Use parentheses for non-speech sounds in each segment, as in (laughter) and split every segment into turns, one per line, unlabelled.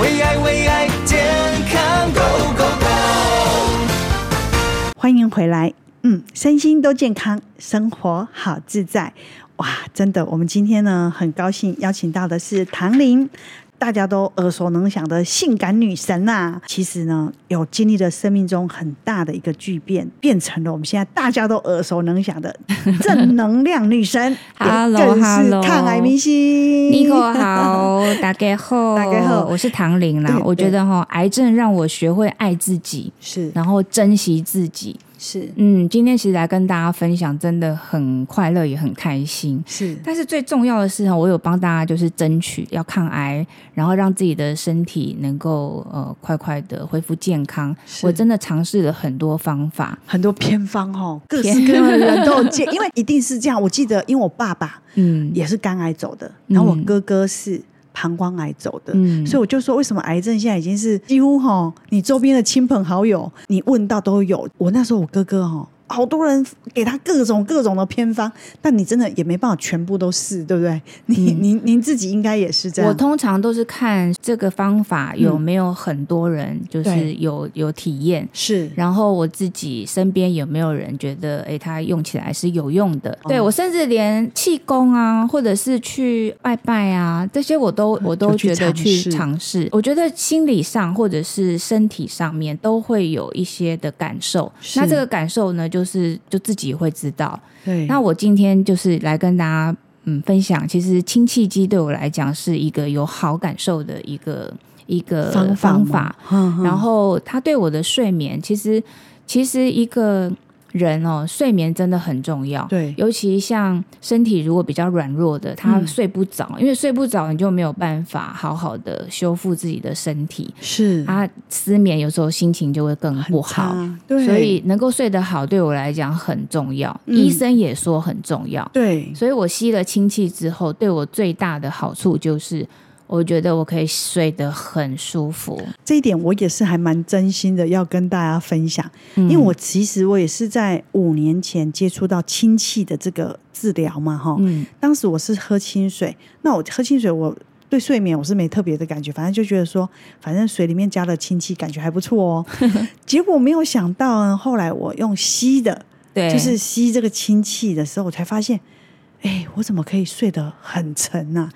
为爱为爱健康 Go Go
欢迎回来。嗯，身心都健康，生活好自在。哇，真的，我们今天呢很高兴邀请到的是唐玲，大家都耳熟能详的性感女神呐、其实呢，有经历了生命中很大的一个巨变，变成了我们现在大家都耳熟能详
(laughs)
的正能量女神，也
Hello，
更是
hello
抗癌明星。
Nico 好，大家
(laughs)
好，
大家好
我是唐玲啦
对。
我觉得哈，癌症让我学会爱自己，
是
然后珍惜自己。
是
嗯，今天其实来跟大家分享，真的很快乐，也很开心。
是，
但是最重要的是哈，我有帮大家就是争取要抗癌，然后让自己的身体能够呃快快的恢复健康。
是
我真的尝试了很多方法，
很多偏方哦，各式各样的人
(laughs)
都有见，因为一定是这样。我记得，因为我爸爸
嗯，
也是肝癌走的，然后我
嗯
哥哥是膀胱癌走的，
嗯
所以我就说，为什么癌症现在已经是几乎哈，你周边的亲朋好友，你问到都有。我那时候我哥哥哈，好多人给他各种各种的偏方，但你真的也没办法全部都试，对不对？你、您您自己应该也是这样，
嗯我通常都是看这个方法有
嗯
没有很多人就
对
是有、有体验，
是
然后我自己身边有没有人觉得，诶，它用起来是有用的？对
哦
我甚至连气功啊，或者是去外拜啊，这些我都我都
哦就去
觉得
尝
去
试
尝试。我觉得心理上或者是身体上面都会有一些的感受。
是
那这个感受呢，就是就自己会知道。
对，
那我今天就是来跟大家嗯分享，其实氢气机对我来讲是一个有好感受的一个一个
方法
方
嘛
法。
嗯嗯
然后它对我的睡眠，其实其实一个人哦，睡眠真的很重要。
对
尤其像身体如果比较软弱的，他
嗯
睡不着，因为睡不着你就没有办法好好的修复自己的身体。
是
他失眠有时候心情就会更不好，
差对，
所以能够睡得好对我来讲很重要。
嗯
医生也说很重要，
对
所以我吸了氢气之后，对我最大的好处就是，我觉得我可以睡得很舒服。
这一点我也是还蛮真心的，要跟大家分享。
嗯
因为我其实我也是在五年前接触到氢气的这个治疗嘛，哈、
嗯
当时我是喝清水，那我喝清水我。对睡眠我是没特别的感觉，反正就觉得说，反正水里面加了氢气，感觉还不错
(laughs)
哦。结果没有想到呢，后来我用吸的，
对，
就是吸这个氢气的时候，我才发现，哎，我怎么可以睡得很沉呢、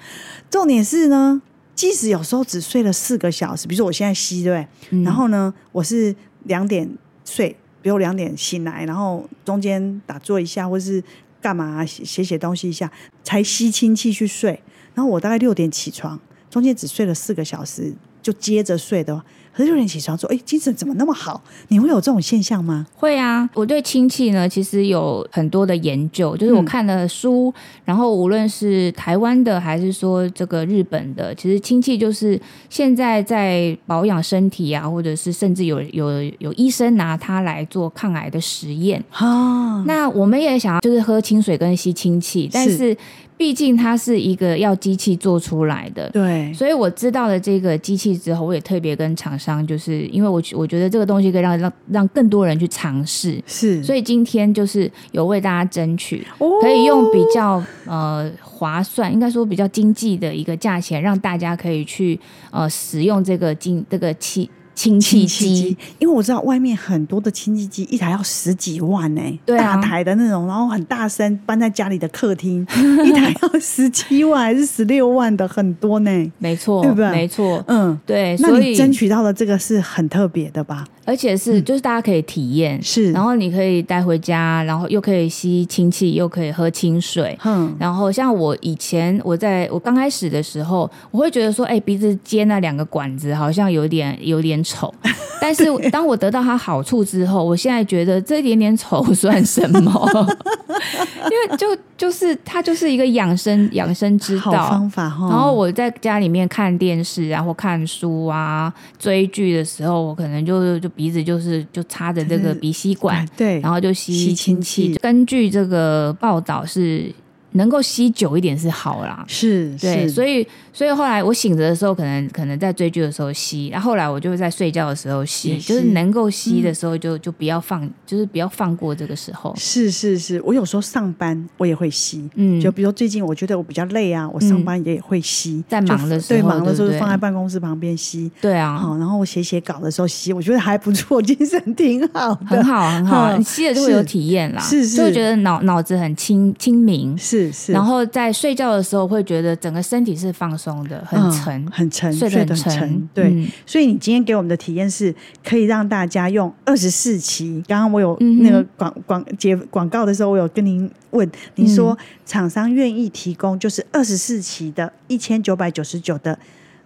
重点是呢，即使有时候只睡了四个小时，比如说我现在吸，对不对？
嗯
然后呢，我是两点睡，比如两点醒来，然后中间打坐一下，或是干嘛写写写东西一下，才吸氢气去睡。然后我大概六点起床，中间只睡了四个小时，就接着睡的话。可是六点起床说：“哎，精神怎么那么好？”你会有这种现象吗？
会啊，我对氢气呢，其实有很多的研究，就是我看了书，然后无论是台湾的还是说这个日本的，其实氢气就是现在在保养身体啊，或者是甚至有有有医生拿它来做抗癌的实验。
啊，
那我们也想要就是喝清水跟吸氢气，但是毕竟它是一个要机器做出来的，
对，
所以我知道了这个机器之后，我也特别跟厂商，就是因为我我觉得这个东西可以让让让更多人去尝试，
是，
所以今天就是有为大家争取，
哦
可以用比较呃划算，应该说比较经济的一个价钱，让大家可以去呃使用这个经这个气氢气
氢气
机
机。，因为我知道外面很多的氢气机一台要十几万呢、
对啊
大台的那种，然后很大声，搬在家里的客厅， (laughs) 一台要十七万还是十六万的，很多呢、
没错
对不对，
没错，
嗯，
对，
那
所
你
以
争取到的这个是很特别的吧？
而且是就是大家可以体验，
是
然后你可以带回家，然后又可以吸氢气，又可以喝清水，
哼，
然后像我以前我在我刚开始的时候，我会觉得说，哎、鼻子接那两个管子好像有点有
(laughs)
点丑。但是当我得到它好处之后，我现在觉得这一点点丑算什
(laughs)
么？因为就就是它就是一个养生养生之
好
道。
方法哦哈。
然后我在家里面看电视啊，或看书啊、追剧的时候，我可能就就鼻子就是就插着这个鼻吸管
哎，对，
然后就
吸
吸
氢
氢
气
气。根据这个报道是能够吸久一点是好啦，
是
对，
是，
所以所以后来我醒着的时候，可能可能在追剧的时候吸，然后后来我就会在睡觉的时候吸，
也吸嗯
就是能够吸的时候就、就不要放，就是不要放过这个时候。
是是是，我有时候上班我也会吸，
嗯
就比如说最近我觉得我比较累啊，我上班也会吸，
在
就
忙的时候
对忙的时候
对不
就
对
放在办公室旁边吸，
对啊，
哦好，然后我写写稿的时候吸，我觉得还不错，精神挺好的，
很好很好，
嗯
你吸了就会有体验啦，
是是
就会觉得脑脑子很清清
(laughs)
明，
是是，
然后在睡觉的时候会觉得整个身体是放松的，很
嗯
沉，
很沉，
睡
睡
得
得
很
很
沉
沉，对。
嗯
所以你今天给我们的体验是，可以让大家用二十四期。刚刚我有
嗯哼
那个广广结广告的时候，我有跟您问，您
嗯
说厂商愿意提供就是二十四期的一千九百九十九的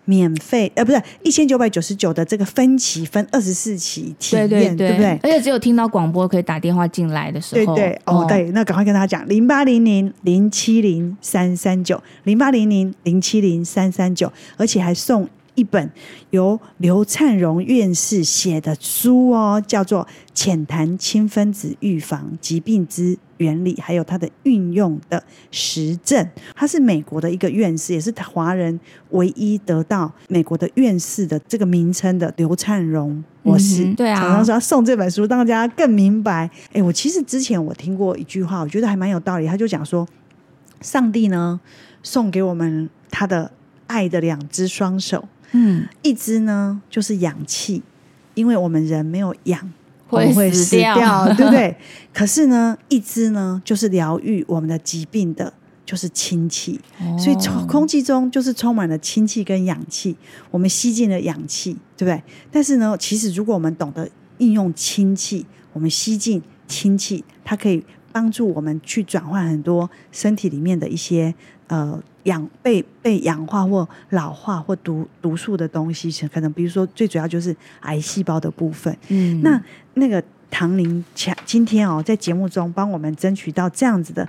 免费，呃，不是一千九百九十九的这个分期分二十四期体
对
验，
对
不对？
而且只有听到广播可以打电话进来的时
对
候，
对哦，对，那赶快跟他讲零八零零零七零三三九零八零零零七零三三九，而且还送一本由刘灿荣院士写的书哦，叫做《浅谈氢分子预防疾病之原理》，还有它的运用的实证。他是美国的一个院士，也是华人唯一得到美国的院士的这个名称的刘灿荣博士。
嗯哼对啊
常常说要送这本书，让大家更明白。哎，我其实之前我听过一句话，我觉得还蛮有道理。他就讲说，上帝呢送给我们他的爱的两只双手，
嗯，
一只呢就是氧气，因为我们人没有氧。我
会
们哦会
死
死
掉
(laughs) 对不对？可是呢，一只呢就是疗愈我们的疾病的，就是氢气。
哦
所以充空气中就是充满了氢气跟氧气，我们吸进了氧气，对不对？但是呢，其实如果我们懂得应用氢气，我们吸进氢气，它可以帮助我们去转换很多身体里面的一些呃氧被被氧化或老化或毒毒素的东西，可能比如说最主要就是癌细胞的部分。
嗯，
那那个唐林强今天哦，在节目中帮我们争取到这样子的，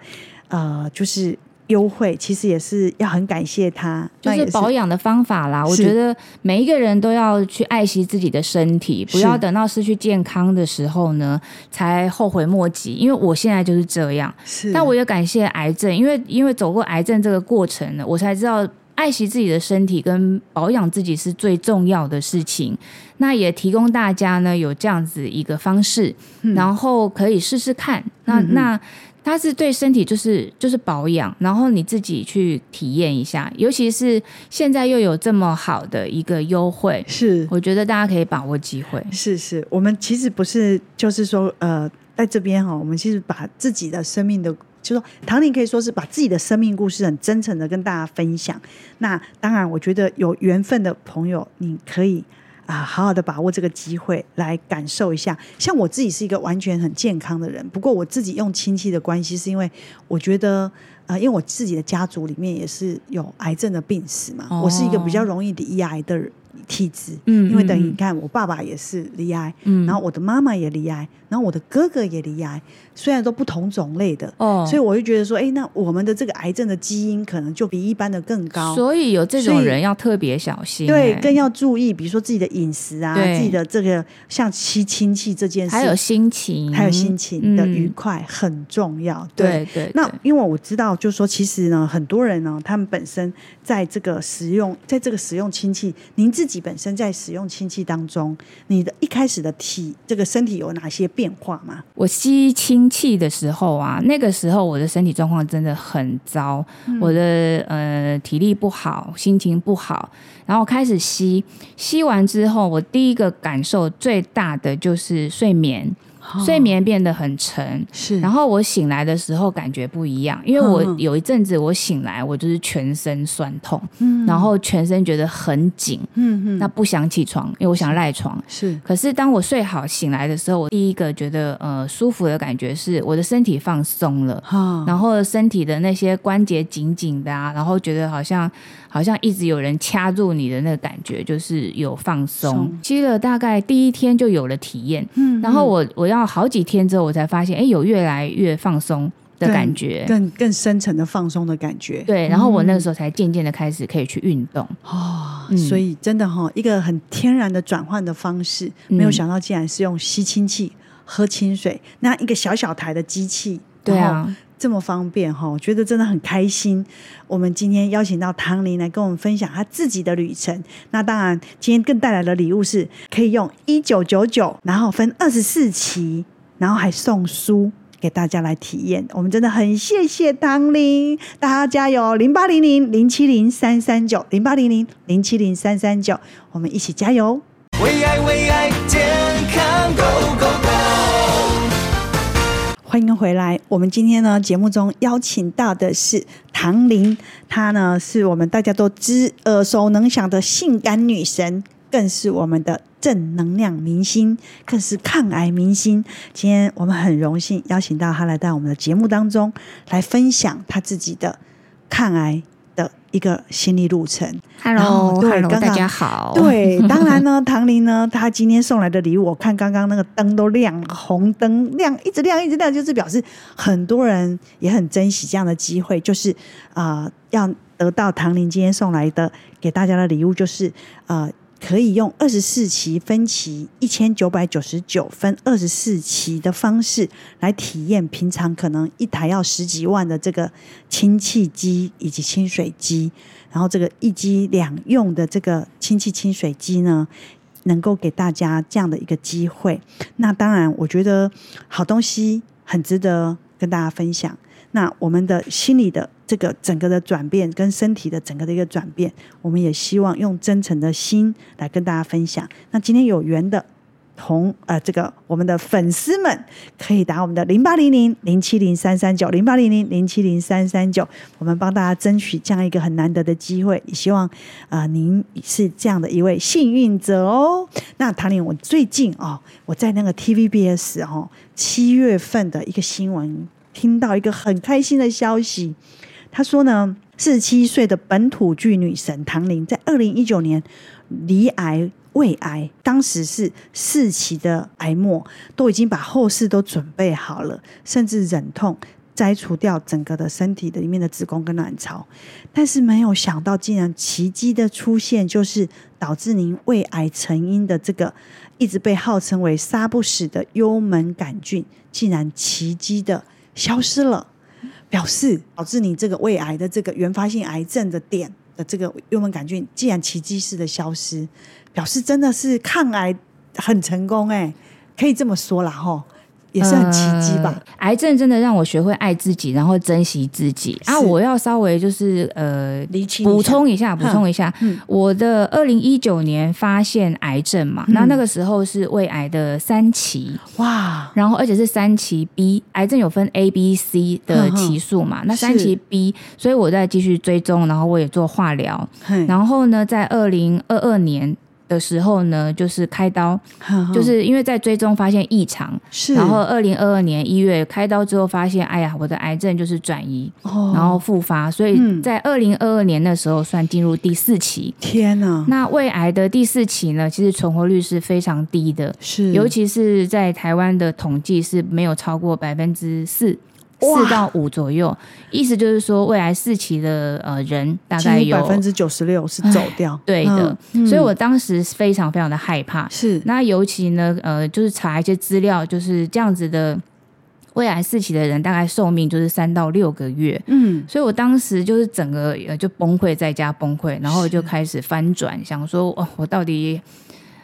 呃，就是优惠，其实也是要很感谢他，
就
那也
是保养的方法啦，我
是
觉得每一个人都要去爱惜自己的身体，不
是
要等到失去健康的时候呢，才后悔莫及。因为我现在就是这样，
是，
但我也感谢癌症，因为因为走过癌症这个过程呢，我才知道爱惜自己的身体跟保养自己是最重要的事情。那也提供大家呢有这样子一个方式，
嗯
然后可以试试看。那、那。它是对身体就是就是保养，然后你自己去体验一下，尤其是现在又有这么好的一个优惠，
是
我觉得大家可以把握机会。
是是，我们其实不是，就是说，呃，在这边哈、我们其实把自己的生命的，就是说，唐宁可以说是把自己的生命故事很真诚的跟大家分享。那当然，我觉得有缘分的朋友，你可以。啊，好好的把握这个机会来感受一下。像我自己是一个完全很健康的人，不过我自己用亲戚的关系，是因为我觉得，呃，因为我自己的家族里面也是有癌症的病史嘛，我是一个比较
哦
容易罹癌的人体质，
嗯
因为等
嗯
于
嗯
你看，我爸爸也是离癌，
嗯
然后我的妈妈也离癌，然后我的哥哥也离癌，虽然都不同种类的，
哦
所以我就觉得说，哎，那我们的这个癌症的基因可能就比一般的更高。
所以有这种
所以
人要特别小心、
对
哎，
更要注意，比如说自己的饮食啊，
对
自己的这个像吸亲戚这件事，
还有心情，
还有心情的
嗯
愉快、很重要。
对对，
那
对
因为我知道，就是说，其实呢，很多人呢，他们本身在这个使用，在这个使用氢气，您自己本身在使用氢气当中，你的一开始的体这个身体有哪些变化吗？
我吸氢气的时候啊，那个时候我的身体状况真的很糟，
嗯
我的呃体力不好，心情不好，然后开始吸，吸完之后，我第一个感受最大的就是睡眠，
哦
睡眠变得很沉。
是
然后我醒来的时候感觉不一样，因为我
嗯嗯
有一阵子我醒来，我就是全身酸痛，然后全身觉得很紧，
嗯嗯，
那不想起床，因为我想赖床，
是
可是当我睡好醒来的时候，我第一个觉得呃舒服的感觉是我的身体放松了。
哈，
然后身体的那些关节紧紧的啊，然后觉得好像好像一直有人掐住你的那个感觉，就是有放松
松。
吸了大概第一天就有了体验，嗯，然后我我要好几天之后我才发现，哎，有越来越放松的
更
感觉，
更更深层的放松的感觉。
对。然后我那个时候才渐渐的开始可以去运动，
哦，
嗯
所以真的哈、一个很天然的转换的方式，没有
嗯
想到竟然是用吸氢气、喝清水，那一个小小台的机器。
对
然后
啊，
这么方便哈，我觉得真的很开心。我们今天邀请到唐林来跟我们分享他自己的旅程。那当然，今天更带来的礼物是可以用一九九九，然后分二十四期，然后还送书。给大家来体验，我们真的很谢谢唐林，大家加油！零八零零零七零三三九，零八零零零七零三三九，我们一起加油！
为爱为爱健康 Go Go Go，
欢迎回来。我们今天呢，节目中邀请到的是唐玲，她呢是我们大家都知耳熟能详的性感女神，更是我们的正能量明星，更是抗癌明星。今天我们很荣幸邀请到她来到我们的节目当中，来分享她自己的抗癌的一个心理路程。
Hello，
对
Hello，
刚刚
大家好。，
对，当然呢，唐林呢，他今天送来的礼物，我看刚刚那个灯都亮，红灯亮，一直亮，一直亮，就是表示很多人也很珍惜这样的机会，就是啊、呃要得到唐林今天送来的给大家的礼物，就是呃。可以用二十四期分期一千九百九十九分二十四期的方式来体验平常可能一台要十几万的这个氢气机以及清水机，然后这个一机两用的这个氢气清水机呢，能够给大家这样的一个机会。那当然，我觉得好东西很值得跟大家分享。那我们的心理的这个整个的转变，跟身体的整个的一个转变，我们也希望用真诚的心来跟大家分享。那今天有缘的同呃这个我们的粉丝们，可以打我们的零八零零零七零三三九零八零零零七零三三九，我们帮大家争取这样一个很难得的机会，也希望啊、呃您是这样的一位幸运者哦。那唐玲，我最近哦，我在那个 TVBS 哦七月份的一个新闻，听到一个很开心的消息，他说呢，四十七岁的本土剧女神唐玲，在二零一九年罹癌。胃癌当时是四期的癌末，都已经把后事都准备好了，甚至忍痛摘除掉整个的身体的里面的子宫跟卵巢，但是没有想到，竟然奇迹的出现，就是导致您胃癌成因的这个一直被号称为杀不死的幽门杆菌，竟然奇迹的消失了。表示导致你这个胃癌的这个原发性癌症的点的这个幽门杆菌，既然奇迹式的消失，表示真的是抗癌很成功哎、可以这么说啦吼，也是很奇迹吧？
呃癌症真的让我学会爱自己，然后珍惜自己啊！
是
我要稍微就是呃
厘清一下
补充一下，补充一下，
嗯
我的二零一九年发现癌症嘛，
嗯
那那个时候是胃癌的三期，
哇，
然后而且是三期 B，癌症有分 A、B、C
嗯
的期数嘛，那三期 B，所以我在继续追踪，然后我也做化疗，
嘿
然后呢，在二零二二年的时候呢，就是开刀，
哼哼
就是因为在追踪发现异常，
是，
然后二零二二年一月开刀之后发现，哎呀，我的癌症就是转移，
哦嗯
然后复发，所以在二零二二年的时候算进入第四期。
天呐，
那胃癌的第四期呢，其实存活率是非常低的，
是
尤其是在台湾的统计是没有超过百分之四。四到五左右，意思就是说，未来四期的呃人大概
几乎
有
百分之九十六是走掉，
对的，
嗯
所以
嗯
我当时非常非常的害怕。
是
那尤其呢，呃，就是查一些资料，就是这样子的，胃癌四期的人大概寿命就是三到六个月。
嗯
所以我当时就是整个呃就崩溃，在家崩溃，然后就开始翻转，想说哦，我到底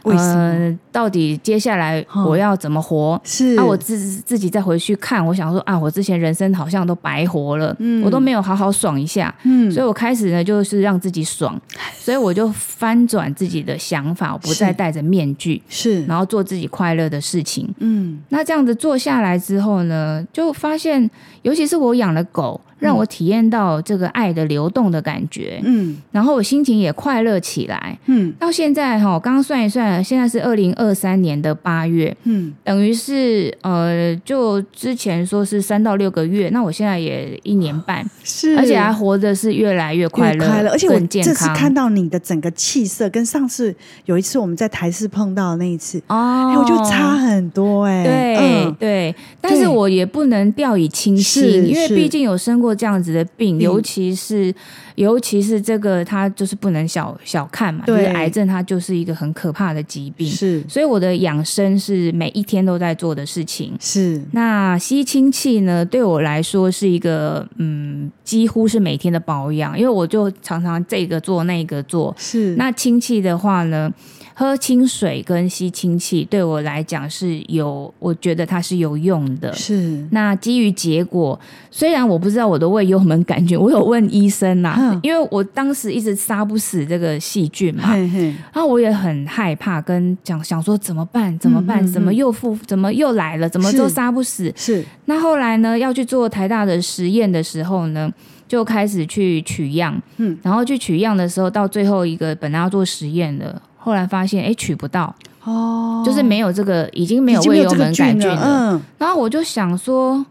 为什么
呃到底接下来
嗯
我要怎么活？
是
啊，我自自己再回去看，我想说啊，我之前人生好像都白活了，我都没有好好爽一下，
嗯
所以我开始呢就是让自
(laughs)
己爽，所以我就翻转自己的想法，我不
是
再戴着面具，
嗯是
然后做自己快乐的事情。
嗯
那这样子做下来之后呢，就发现，尤其是我养了狗，让我体验到这个爱的流动的感觉，
嗯
然后我心情也快乐起来。
嗯
到现在哈，我刚刚算一算，现在是二零二三年的八月，
嗯
等于是呃，就之前说是三到六个月，那我现在也一年半，
是，
而且啊还活得是越来越快乐，
快乐，而且我
更健
这次
康。
看到你的整个气色，跟上次有一次我们在台视碰到的那一次，哎、
哦，
我就差很多哎、
对、
嗯，
对，但是
对
我也不能掉以轻
是
心，因为
是
毕竟有生过过这样子的病，
嗯
尤其是尤其是这个，它就是不能小小看嘛，就是
对
癌症它就是一个很可怕的疾病。
是
所以我的养生是每一天都在做的事情。
是，
那吸氢气呢，对我来说是一个嗯，几乎是每天的保养，因为我就常常这个做那个做。
是
那氢气的话呢，喝清水跟吸氢气对我来讲是有，我觉得它是有用的。
是
那基于结果，虽然我不知道我的胃有没有感觉，我有问医生呐、
嗯
因为我当时一直杀不死这个细菌嘛，
嘿嘿
然后我也很害怕，跟讲想说怎么办？怎么办？
嗯嗯
怎么又复？怎么又来了？怎么都
是
杀不死？
是
那后来呢？要去做台大的实验的时候呢，就开始去取样，
嗯，
然后去取样的时候，到最后一个本来要做实验的，后来发现哎取不到，
哦，
就是没有这个已经没有
已经
胃幽
这个嗯
门杆
菌
菌了。
了，
然后我就想说。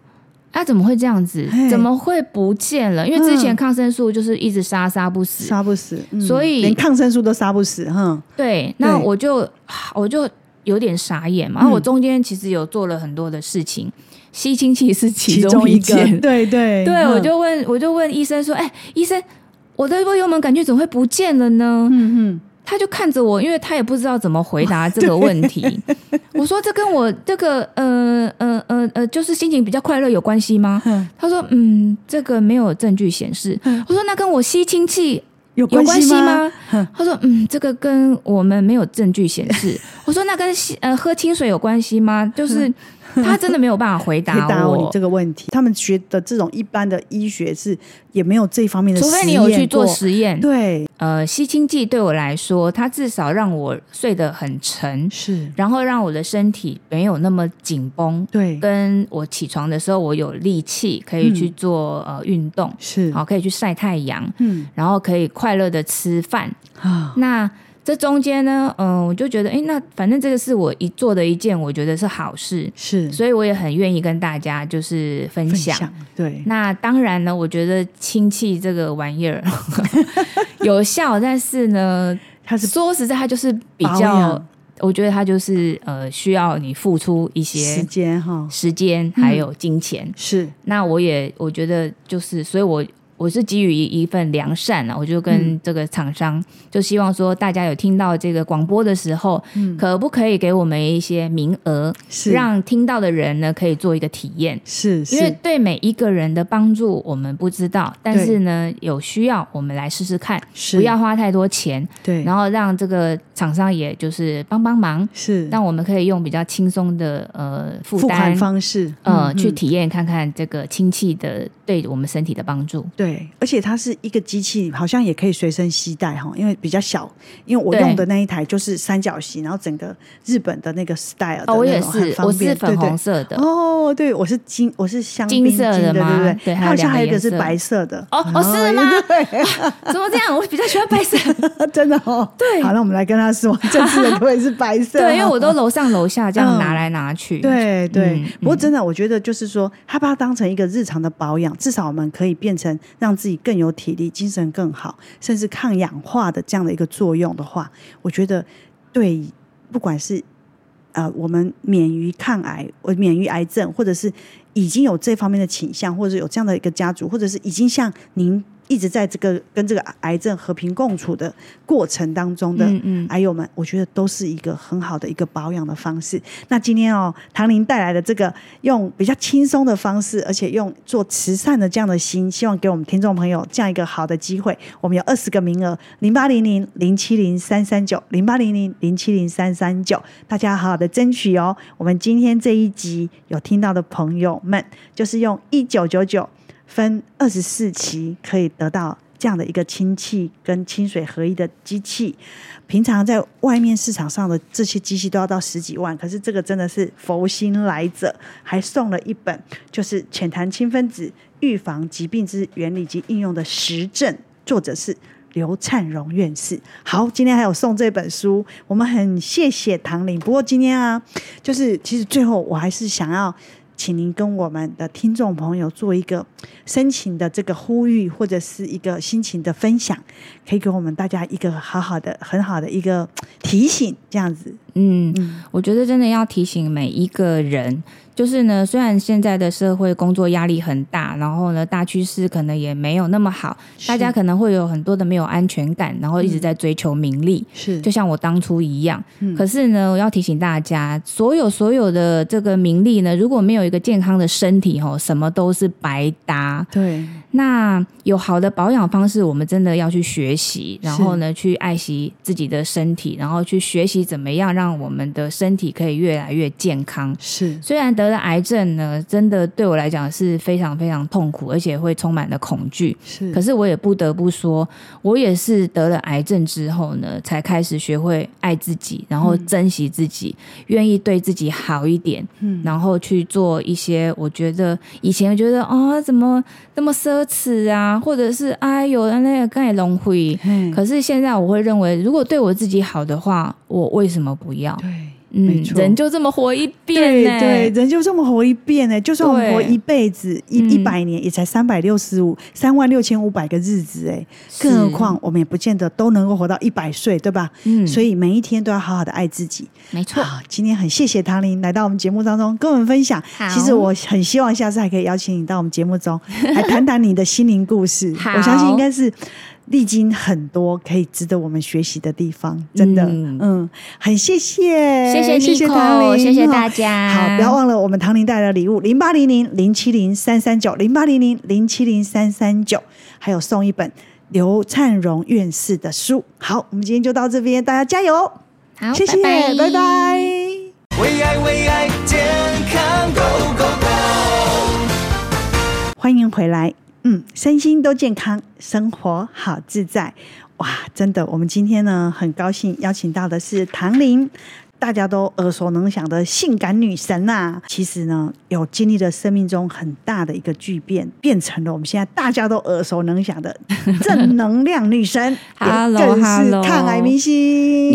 啊，怎么会这样子
嘿？
怎么会不见了？因为之前
嗯
抗生素就是一直杀杀不
嗯，
死，
杀不死，嗯
所以
连抗生素都杀不死，哼，
对，那
对嗯
我就我就有点傻眼嘛。然后啊我中间其实有做了很多的事情，吸氢气是其中一
件
件。
对对
对，
嗯
我就问我就问医生说：“哎、医生，我的胃幽门杆菌怎么会不见了呢？”
嗯嗯，
他就看着我，因为他也不知道怎么回答这个问题。我说：“这跟我这个呃呃呃呃，就是心情比较快乐有关系吗？”
嗯
他说：“嗯，这个没有证据显示。
嗯
我说：“那跟我吸氢气
有
有关系
吗？
吗？他说，嗯，这个跟我们没有证据显示。我说，那跟吸呃喝清水有关系吗？就是他真的没有办法回答
嗯回
我，
答你这个问题，他们学的这种一般的医学是也没有这方面的，
除非你有去做，实验。
对，
呃，吸氢剂对我来说，它至少让我睡得很沉，
是，
然后让我的身体没有那么紧绷，
对，
跟我起床的时候我有力气可以去做、呃运动，
是，
好可以去晒太阳，
嗯
然后可以快乐的吃饭，
啊，
那这中间呢，嗯、我就觉得，哎，那反正这个是我一做的一件，我觉得是好事，
是
所以我也很愿意跟大家就是分
分
享。
享，对，
那当然呢，我觉得亲戚这个玩意儿 (laughs) 有效，但是呢，
(laughs) 它是
说实在，它就是比
保
较
养，
我觉得它就是呃，需要你付出一
时
些
间嗯哈，
时间还有金钱。
是
那我也我觉得就是，所以我我是基于一一份良善啊，我就跟
嗯
这个厂商、就希望说，大家有听到这个广播的时候，可不可以给我们一些名额，
嗯是
让听到的人呢可以做一个体验？
是
因为
是，
对每一个人的帮助我们不知道，但是呢，有需要我们来试试看，
是
不要花太多钱，
对，
然后让这个厂商也就是帮帮忙，
是
让我们可以用比较轻松的呃负
付
担
款方式，
呃，
嗯
去
嗯
体验看看这个氢气的对我们身体的帮助。
对，而且它是一个机器，好像也可以随身携带哈，因为比较小。因为我
对
用的那一台就是三角形，然后整个日本的那个 style 的
哦，我
那
也
种很
是，
方
我
便
是粉红色
对
的。
对。哦，对，我是金，我是香
金
槟
色的
金对
吗
不对？
对
它
还有
好像
两个
还有一个
颜
是
色
白色的。啊
哦哦，是吗？怎么这样？我比较喜欢白色。
(laughs) 真的哦。
对
好，那我们来跟他
(laughs)
说，这次的对是白色哦。
对，因为我都楼上楼下这样
嗯
拿来拿去。
对对，
嗯
不过真的，我觉得就是说，他把它当成一个日常的保养，至少我们可以变成让自己更有体力、精神更好，甚至抗氧化的这样的一个作用的话，我觉得对，不管是呃我们免于抗癌，我免于癌症，或者是已经有这方面的倾向，或者是有这样的一个家族，或者是已经像您一直在这个跟这个癌症和平共处的过程当中的
嗯嗯
还有们，我觉得都是一个很好的一个保养的方式。那今天哦，唐玲带来的这个用比较轻松的方式，而且用做慈善的这样的心，希望给我们听众朋友这样一个好的机会。我们有二十个名额，零八零零零七零三三九，零八零零零七零三三九，大家好好的争取哦。我们今天这一集有听到的朋友们，就是用一九九九分二十四期可以得到。这样的一个氢气跟清水合一的机器，平常在外面市场上的这些机器都要到十几万，可是这个真的是佛心来者，还送了一本就是《浅谈氢分子预防疾病之原理及应用的实证》，作者是。刘灿荣院士，好，今天还有送这本书，我们很谢谢唐玲。不过今天啊，就是其实最后我还是想要请您跟我们的听众朋友做一个深情的这个呼吁，或者是一个心情的分享，可以给我们大家一个好好的、很好的一个提醒，这样子。
嗯，
嗯，
我觉得真的要提醒每一个人，就是呢，虽然现在的社会工作压力很大，然后呢，大趋势可能也没有那么好，
是
大家可能会有很多的没有安全感，然后一直在追求名利，
是
就像我当初一样。
嗯
可是呢，我要提醒大家，所有所有的这个名利呢，如果没有一个健康的身体，吼，什么都是白搭。
对，
那有好的保养方式，我们真的要去学习，然后呢，去爱惜自己的身体，然后去学习怎么样让我们的身体可以越来越健康。
是
虽然得了癌症呢，真的对我来讲是非常非常痛苦，而且会充满了恐惧。
是，
可是我也不得不说，我也是得了癌症之后呢，才开始学会爱自己，然后珍惜自己，愿、意对自己好一点，
嗯
然后去做一些我觉得以前觉得哦，怎么那么奢侈啊，或者是哎呦那个盖龙会。
嘿
可是现在我会认为，如果对我自己好的话，我为什么不要？
对，没
嗯，
错
人就这么活一遍
对
呢、
对，人就这么活一遍呢，就算我们
对
活一辈子一
嗯
一百年，也才三百六十五三万六千五百个日子哎，
是
更何况我们也不见得都能够活到一百岁，对吧？
嗯
所以每一天都要好好的爱自己。
没错，
好，今天很谢谢唐玲来到我们节目当中跟我们分享。其实我很希望下次还可以邀请你到我们节目
(laughs)
中来谈谈你的心灵故事。
好
我相信应该是历经很多可以值得我们学习的地方，真的，嗯
嗯，
很谢谢，
谢谢
谢谢
Nico，
唐玲，
谢谢
哦
大家
好，不要忘了我们唐玲带来的礼物零八零零零七零三三九零八零零零七零三三九，还有送一本刘灿荣院士的书。好，我们今天就到这边，大家加油！
好，
谢谢，
拜
拜拜
为爱为爱健康 Go Go Go！
欢迎回来。嗯，身心都健康，生活好自在。哇，真的，我们今天呢很高兴邀请到的是唐玲，大家都耳熟能详的性感女神呐、其实呢，有经历了生命中很大的一个巨变，变成了我们现在大家都耳熟能详的正能量女神，也
Hello，
更是
hello
抗癌明星。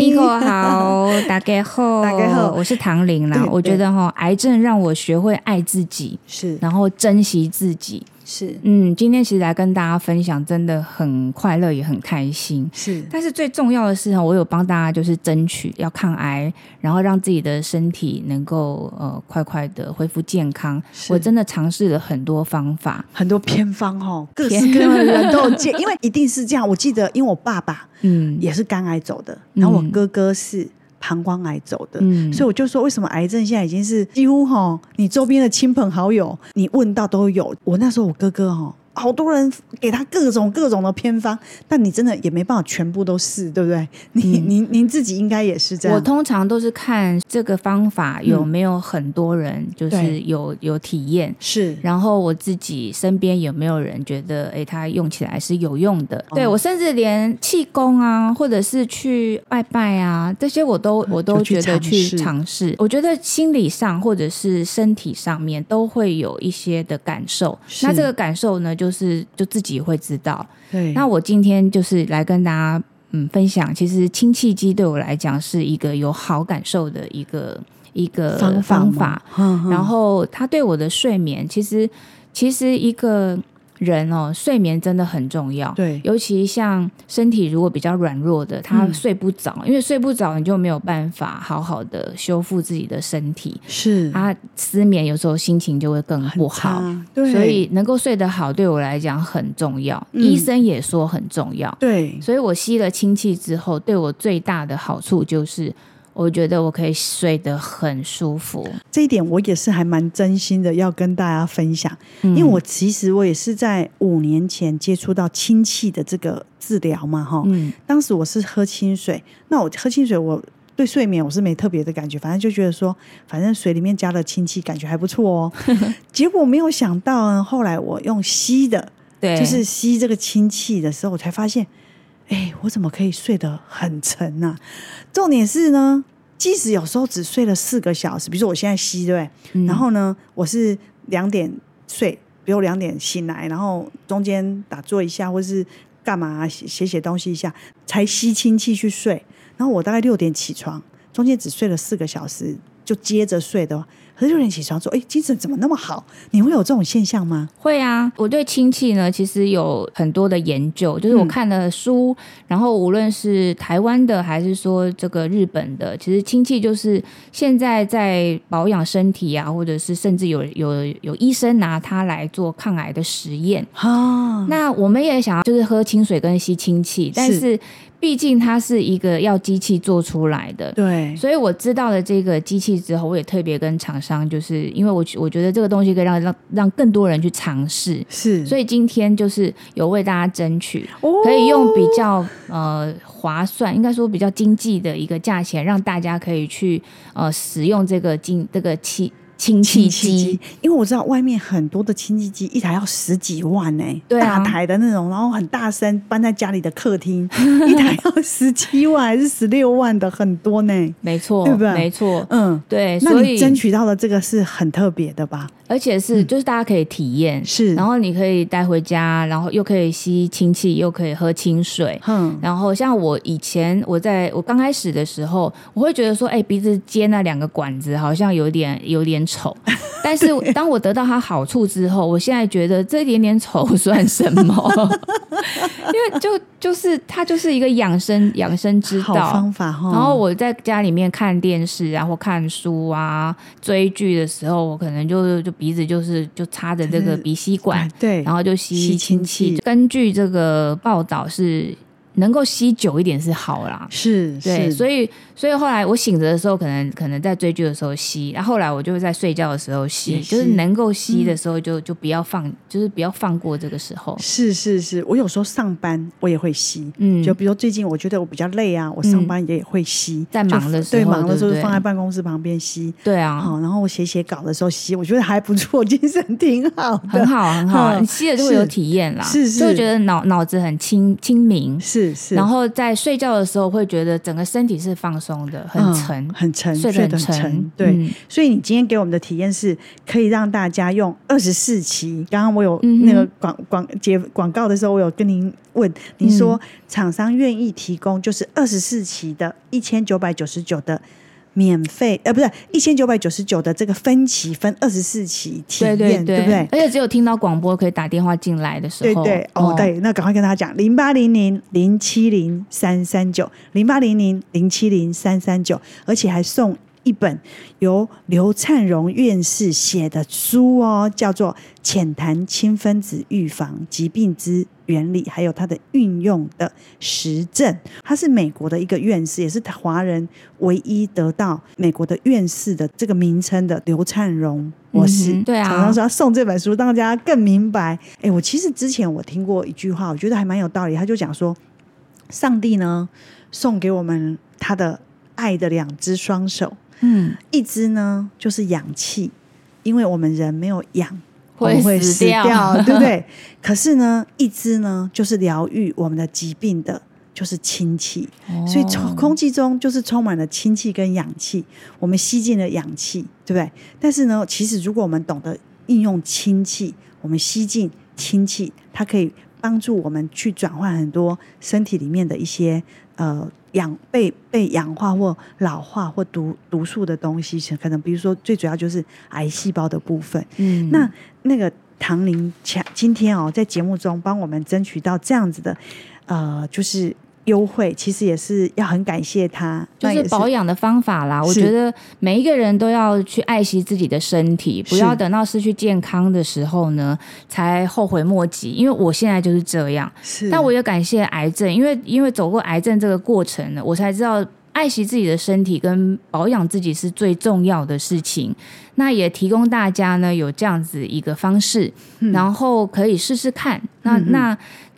(laughs)
Nico 好，大家好，
大家好
我是唐玲啦
对。
我觉得哈，癌症让我学会爱自己，
是
然后珍惜自己。
是
嗯，今天其实来跟大家分享，真的很快乐，也很开心。
是，
但是最重要的是哈，我有帮大家就是争取要抗癌，然后让自己的身体能够呃快快的恢复健康。
是
我真的尝试了很多方法，
很多偏方哦，各式各样的人都有见， (laughs) 因为一定是这样。我记得，因为我爸爸。
嗯，
也是肝癌走的，然后我
嗯
哥哥是膀胱癌走的，
嗯
所以我就说，为什么癌症现在已经是几乎哈，你周边的亲朋好友，你问到都有。我那时候我哥哥哈，好多人给他各种各种的偏方，但你真的也没办法全部都试，对不对？你、您您自己应该也是这样，嗯
嗯我通常都是看这个方法有没有很多人就
对
是有、有体验，
是
然后我自己身边有没有人觉得，哎，它用起来是有用的？
哦
对我甚至连气功啊，或者是去拜拜啊，这些我都我都
嗯就去
觉
尝
得去
试
尝试。我觉得心理上或者是身体上面都会有一些的感受。
是
那这个感受呢，就是就自己会知道。
对，
那我今天就是来跟大家嗯分享，其实氢气机对我来讲是一个有好感受的一个一个
方法
方
吗
法，
嗯
然后它对我的睡眠，其实其实一个人哦，睡眠真的很重要。
对
尤其像身体如果比较软弱的，他
嗯
睡不着，因为睡不着你就没有办法好好的修复自己的身体。
是
他失眠有时候心情就会更不啊好，
啊，对，
所以能够睡得好对我来讲很重要，
嗯
医生也说很重要。
对
所以我吸了氢气之后，对我最大的好处就是，我觉得我可以睡得很舒服。
这一点我也是还蛮真心的，要跟大家分享。
嗯
因为我其实我也是在五年前接触到氢气的这个治疗嘛，哈、
嗯
当时我是喝清水，那我喝清水我。对睡眠我是没特别的感觉，反正就觉得说，反正水里面加了氢气，感觉还不错
(laughs)
哦。结果没有想到呢，后来我用吸的，
对，
就是吸这个氢气的时候，我才发现，哎，我怎么可以睡得很沉呢、重点是呢，即使有时候只睡了四个小时，比如说我现在吸对不对、
嗯
然后呢，我是两点睡，比如两点醒来，然后中间打坐一下，或是干嘛写写写东西一下，才吸氢气去睡。然后我大概六点起床，中间只睡了四个小时，就接着睡的话，哦可是有人起床说：“哎、精神怎么那么好？”你会有这种现象吗？
会啊，我对亲戚呢，其实有很多的研究，
嗯
就是我看了书，然后无论是台湾的还是说这个日本的，其实亲戚就是现在在保养身体啊，或者是甚至有有有医生拿它来做抗癌的实验。
啊，
那我们也想要就是喝清水跟吸氢气，但
是
是毕竟它是一个要机器做出来的，
对，
所以我知道了这个机器之后，我也特别跟厂商，就是因为我我觉得这个东西可以让让让更多人去尝试，
是，
所以今天就是有为大家争取，
哦
可以用比较呃划算，应该说比较经济的一个价钱，让大家可以去呃使用这个经这个气氢气
亲戚
机
哦机。，因为我知道外面很多的亲戚机一台要十几万呢、
对啊
大台的那种，然后很大声，搬在家里的客厅， (laughs) 一台要十七万还是十六万的，很多呢、
没错，
对不对
没错，
嗯，
对，
那
所
你
以
争取到的这个是很特别的吧？
而且是、就是大家可以体验，
是
然后你可以带回家，然后又可以吸氢气，又可以喝清水，
哼、
然后像我以前我在我刚开始的时候，我会觉得说，哎、鼻子接那两个管子好像有点有点
(laughs)
丑。但是当我得到它好处之后，我现在觉得这一点点丑 (laughs) 算什
(laughs)
么？因为就就是它就是一个养生养生之
好
道
方。法哈。
然后我在家里面看电视啊，或看书啊、追剧的时候，我可能就就鼻子就是就插着这个鼻吸管
哎，对，
然后就吸
吸
氢
氢
气
气。
根据这个报道是能够吸久一点是好啦。
是
对，
是，
所以所以后来我醒着的时候，可能可能在追剧的时候吸，然后后来我就在睡觉的时候吸，
也
就是
吸
能够吸的时候就、就不要放，就是不要放过这个时候。
是是是，我有时候上班我也会吸，
嗯
就比如说最近我觉得我比较累啊，我
嗯
上班也会吸，
在
就
忙的时
对
候
忙的时候
对不对
就放在办公室旁边吸，
对啊，
好，然后我写写稿的时候吸，我觉得还不错，精神挺好的，
很，好很好，
嗯
你吸了就会
是
有体验啦，
是是
就会觉得脑脑子很清清明，
(laughs) 是是，
然后在睡觉的时候会觉得整个身体是放松的，很
嗯
沉，
很沉，
睡
睡
得很
得很
沉
沉，对
嗯。
所以你今天给我们的体验是，可以让大家用二十四期。刚刚我有
嗯哼
那个广广结广告的时候，我有跟您问，
嗯
您说厂商愿意提供就是二十四期的一千九百九十九的。免费，呃，不是一千九百九十九的这个分期分二十四期体
对
验，
对
不对？
而且只有听到广播可以打电话进来的时
对
候，
对哦，对，那赶快跟他讲零八零零零七零三三九零八零零零七零三三九，而且还送一本由刘灿荣院士写的书哦，叫做《浅谈氢分子预防疾病之原理》，还有它的运用的实证。他是美国的一个院士，也是华人唯一得到美国的院士的这个名称的刘灿荣博士。
嗯哼对啊
常常说他送这本书，让大家更明白。哎，我其实之前我听过一句话，我觉得还蛮有道理。他就讲说，上帝呢送给我们他的爱的两只双手，
嗯，
一只呢就是氧气，因为我们人没有氧。我
会
们哦会
死
死
掉 (laughs)
对不对？可是呢，一只呢就是疗愈我们的疾病的，就是氢气。 (laughs) 所以
哦
从空气中就是充满了氢气跟氧气，我们吸进了氧气，对不对？但是呢，其实如果我们懂得应用氢气，我们吸进氢气，它可以帮助我们去转换很多身体里面的一些呃氧被被氧化或老化或毒毒素的东西，可能比如说最主要就是癌细胞的部分。
嗯，
那那个唐林强今天哦，在节目中帮我们争取到这样子的，呃，就是优惠，其实也是要很感谢他，
就
那也
是保养的方法啦。我
是
觉得每一个人都要去爱惜自己的身体，不
是
要等到失去健康的时候呢，才后悔莫及。因为我现在就是这样，
是，
但我也感谢癌症，因为因为走过癌症这个过程呢，我才知道爱惜自己的身体跟保养自己是最重要的事情。那也提供大家呢有这样子一个方式，
嗯
然后可以试试看。那、那。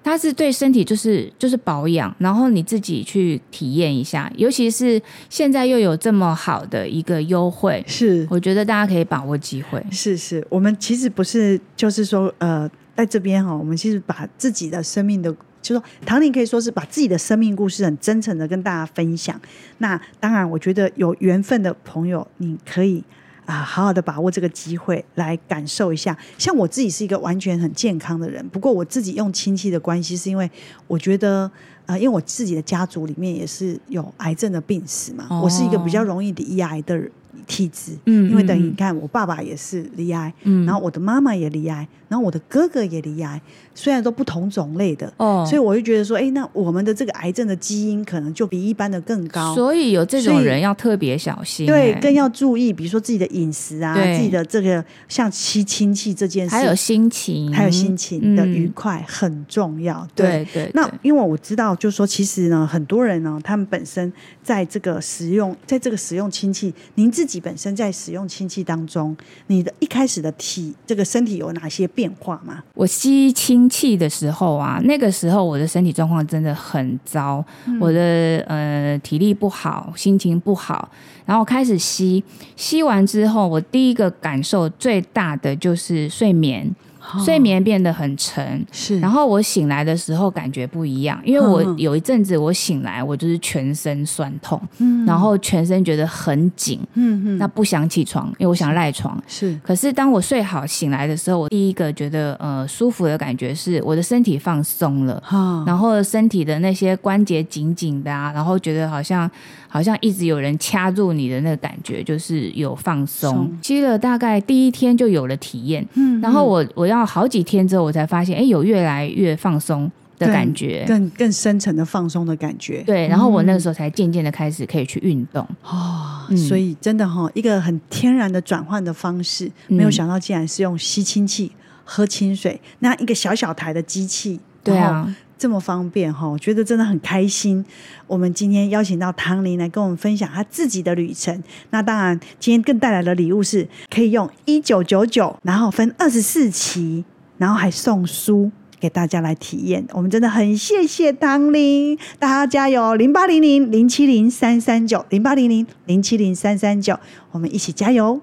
它是对身体就是就是保养，然后你自己去体验一下，尤其是现在又有这么好的一个优惠，
是
我觉得大家可以把握机会。
是是，我们其实不是，就是说，呃，在这边哈、我们其实把自己的生命的，就说唐宁可以说是把自己的生命故事很真诚的跟大家分享。那当然，我觉得有缘分的朋友，你可以。啊，好好的把握这个机会来感受一下。像我自己是一个完全很健康的人，不过我自己用亲戚的关系，是因为我觉得，呃，因为我自己的家族里面也是有癌症的病史嘛，我是一个比较容易罹癌的人体质，
嗯
因为等于
嗯嗯
你看，我爸爸也是离癌，
嗯
然后我的妈妈也离癌，然后我的哥哥也离癌，虽然都不同种类的，
哦
所以我就觉得说，哎，那我们的这个癌症的基因可能就比一般的更高，
所以有这种
所以
人要特别小心、
对，
哎
更要注意，比如说自己的饮食啊，
对
自己的这个像亲亲戚这件事，
还有心情，
还有心情的
嗯
愉快、很重要。
对对，
那
对
因为我知道，就是说，其实呢，很多人呢，他们本身在这个使用，在这个使用氢气，您自己本身在使用氢气当中，你的一开始的体这个身体有哪些变化吗？
我吸氢气的时候啊，那个时候我的身体状况真的很糟，
嗯
我的呃体力不好，心情不好，然后开始吸，吸完之后，我第一个感受最大的就是睡眠，
哦
睡眠变得很沉，
是
然
后
后我醒来的时候感觉不一样，因为我
嗯嗯
有一阵子我醒来，我就是全身酸痛，然后全身觉得很紧，
嗯嗯，
那不想起床，因为我想赖床。
是
可是当我睡好醒来的时候，我第一个觉得呃舒服的感觉是我的身体放松了。
哈，
然后身体的那些关节紧紧的啊，然后觉得好像好像一直有人掐住你的那个感觉，就是有放松
松。
吸了大概第一天就有了体验，
嗯
然后我我要好几天之后，我才发现，哎，有越来越放松的
更
感觉。
更更深层的放松的感觉，嗯
对，然后我那个时候才渐渐的开始可以去运动。
哦，
嗯
所以真的哈、一个很天然的转换的方式，没有
嗯
想到竟然是用吸氢气、喝清水，那一个小小台的机器，
对
然后
啊，
这么方便哈，我觉得真的很开心。我们今天邀请到唐林来跟我们分享他自己的旅程。那当然，今天更带来的礼物是可以用一九九九，然后分二十四期，然后还送书。给大家来体验，我们真的很谢谢唐林，大家加油！零八零零零七零三三九，零八零零零七零三三九，我们一起加油！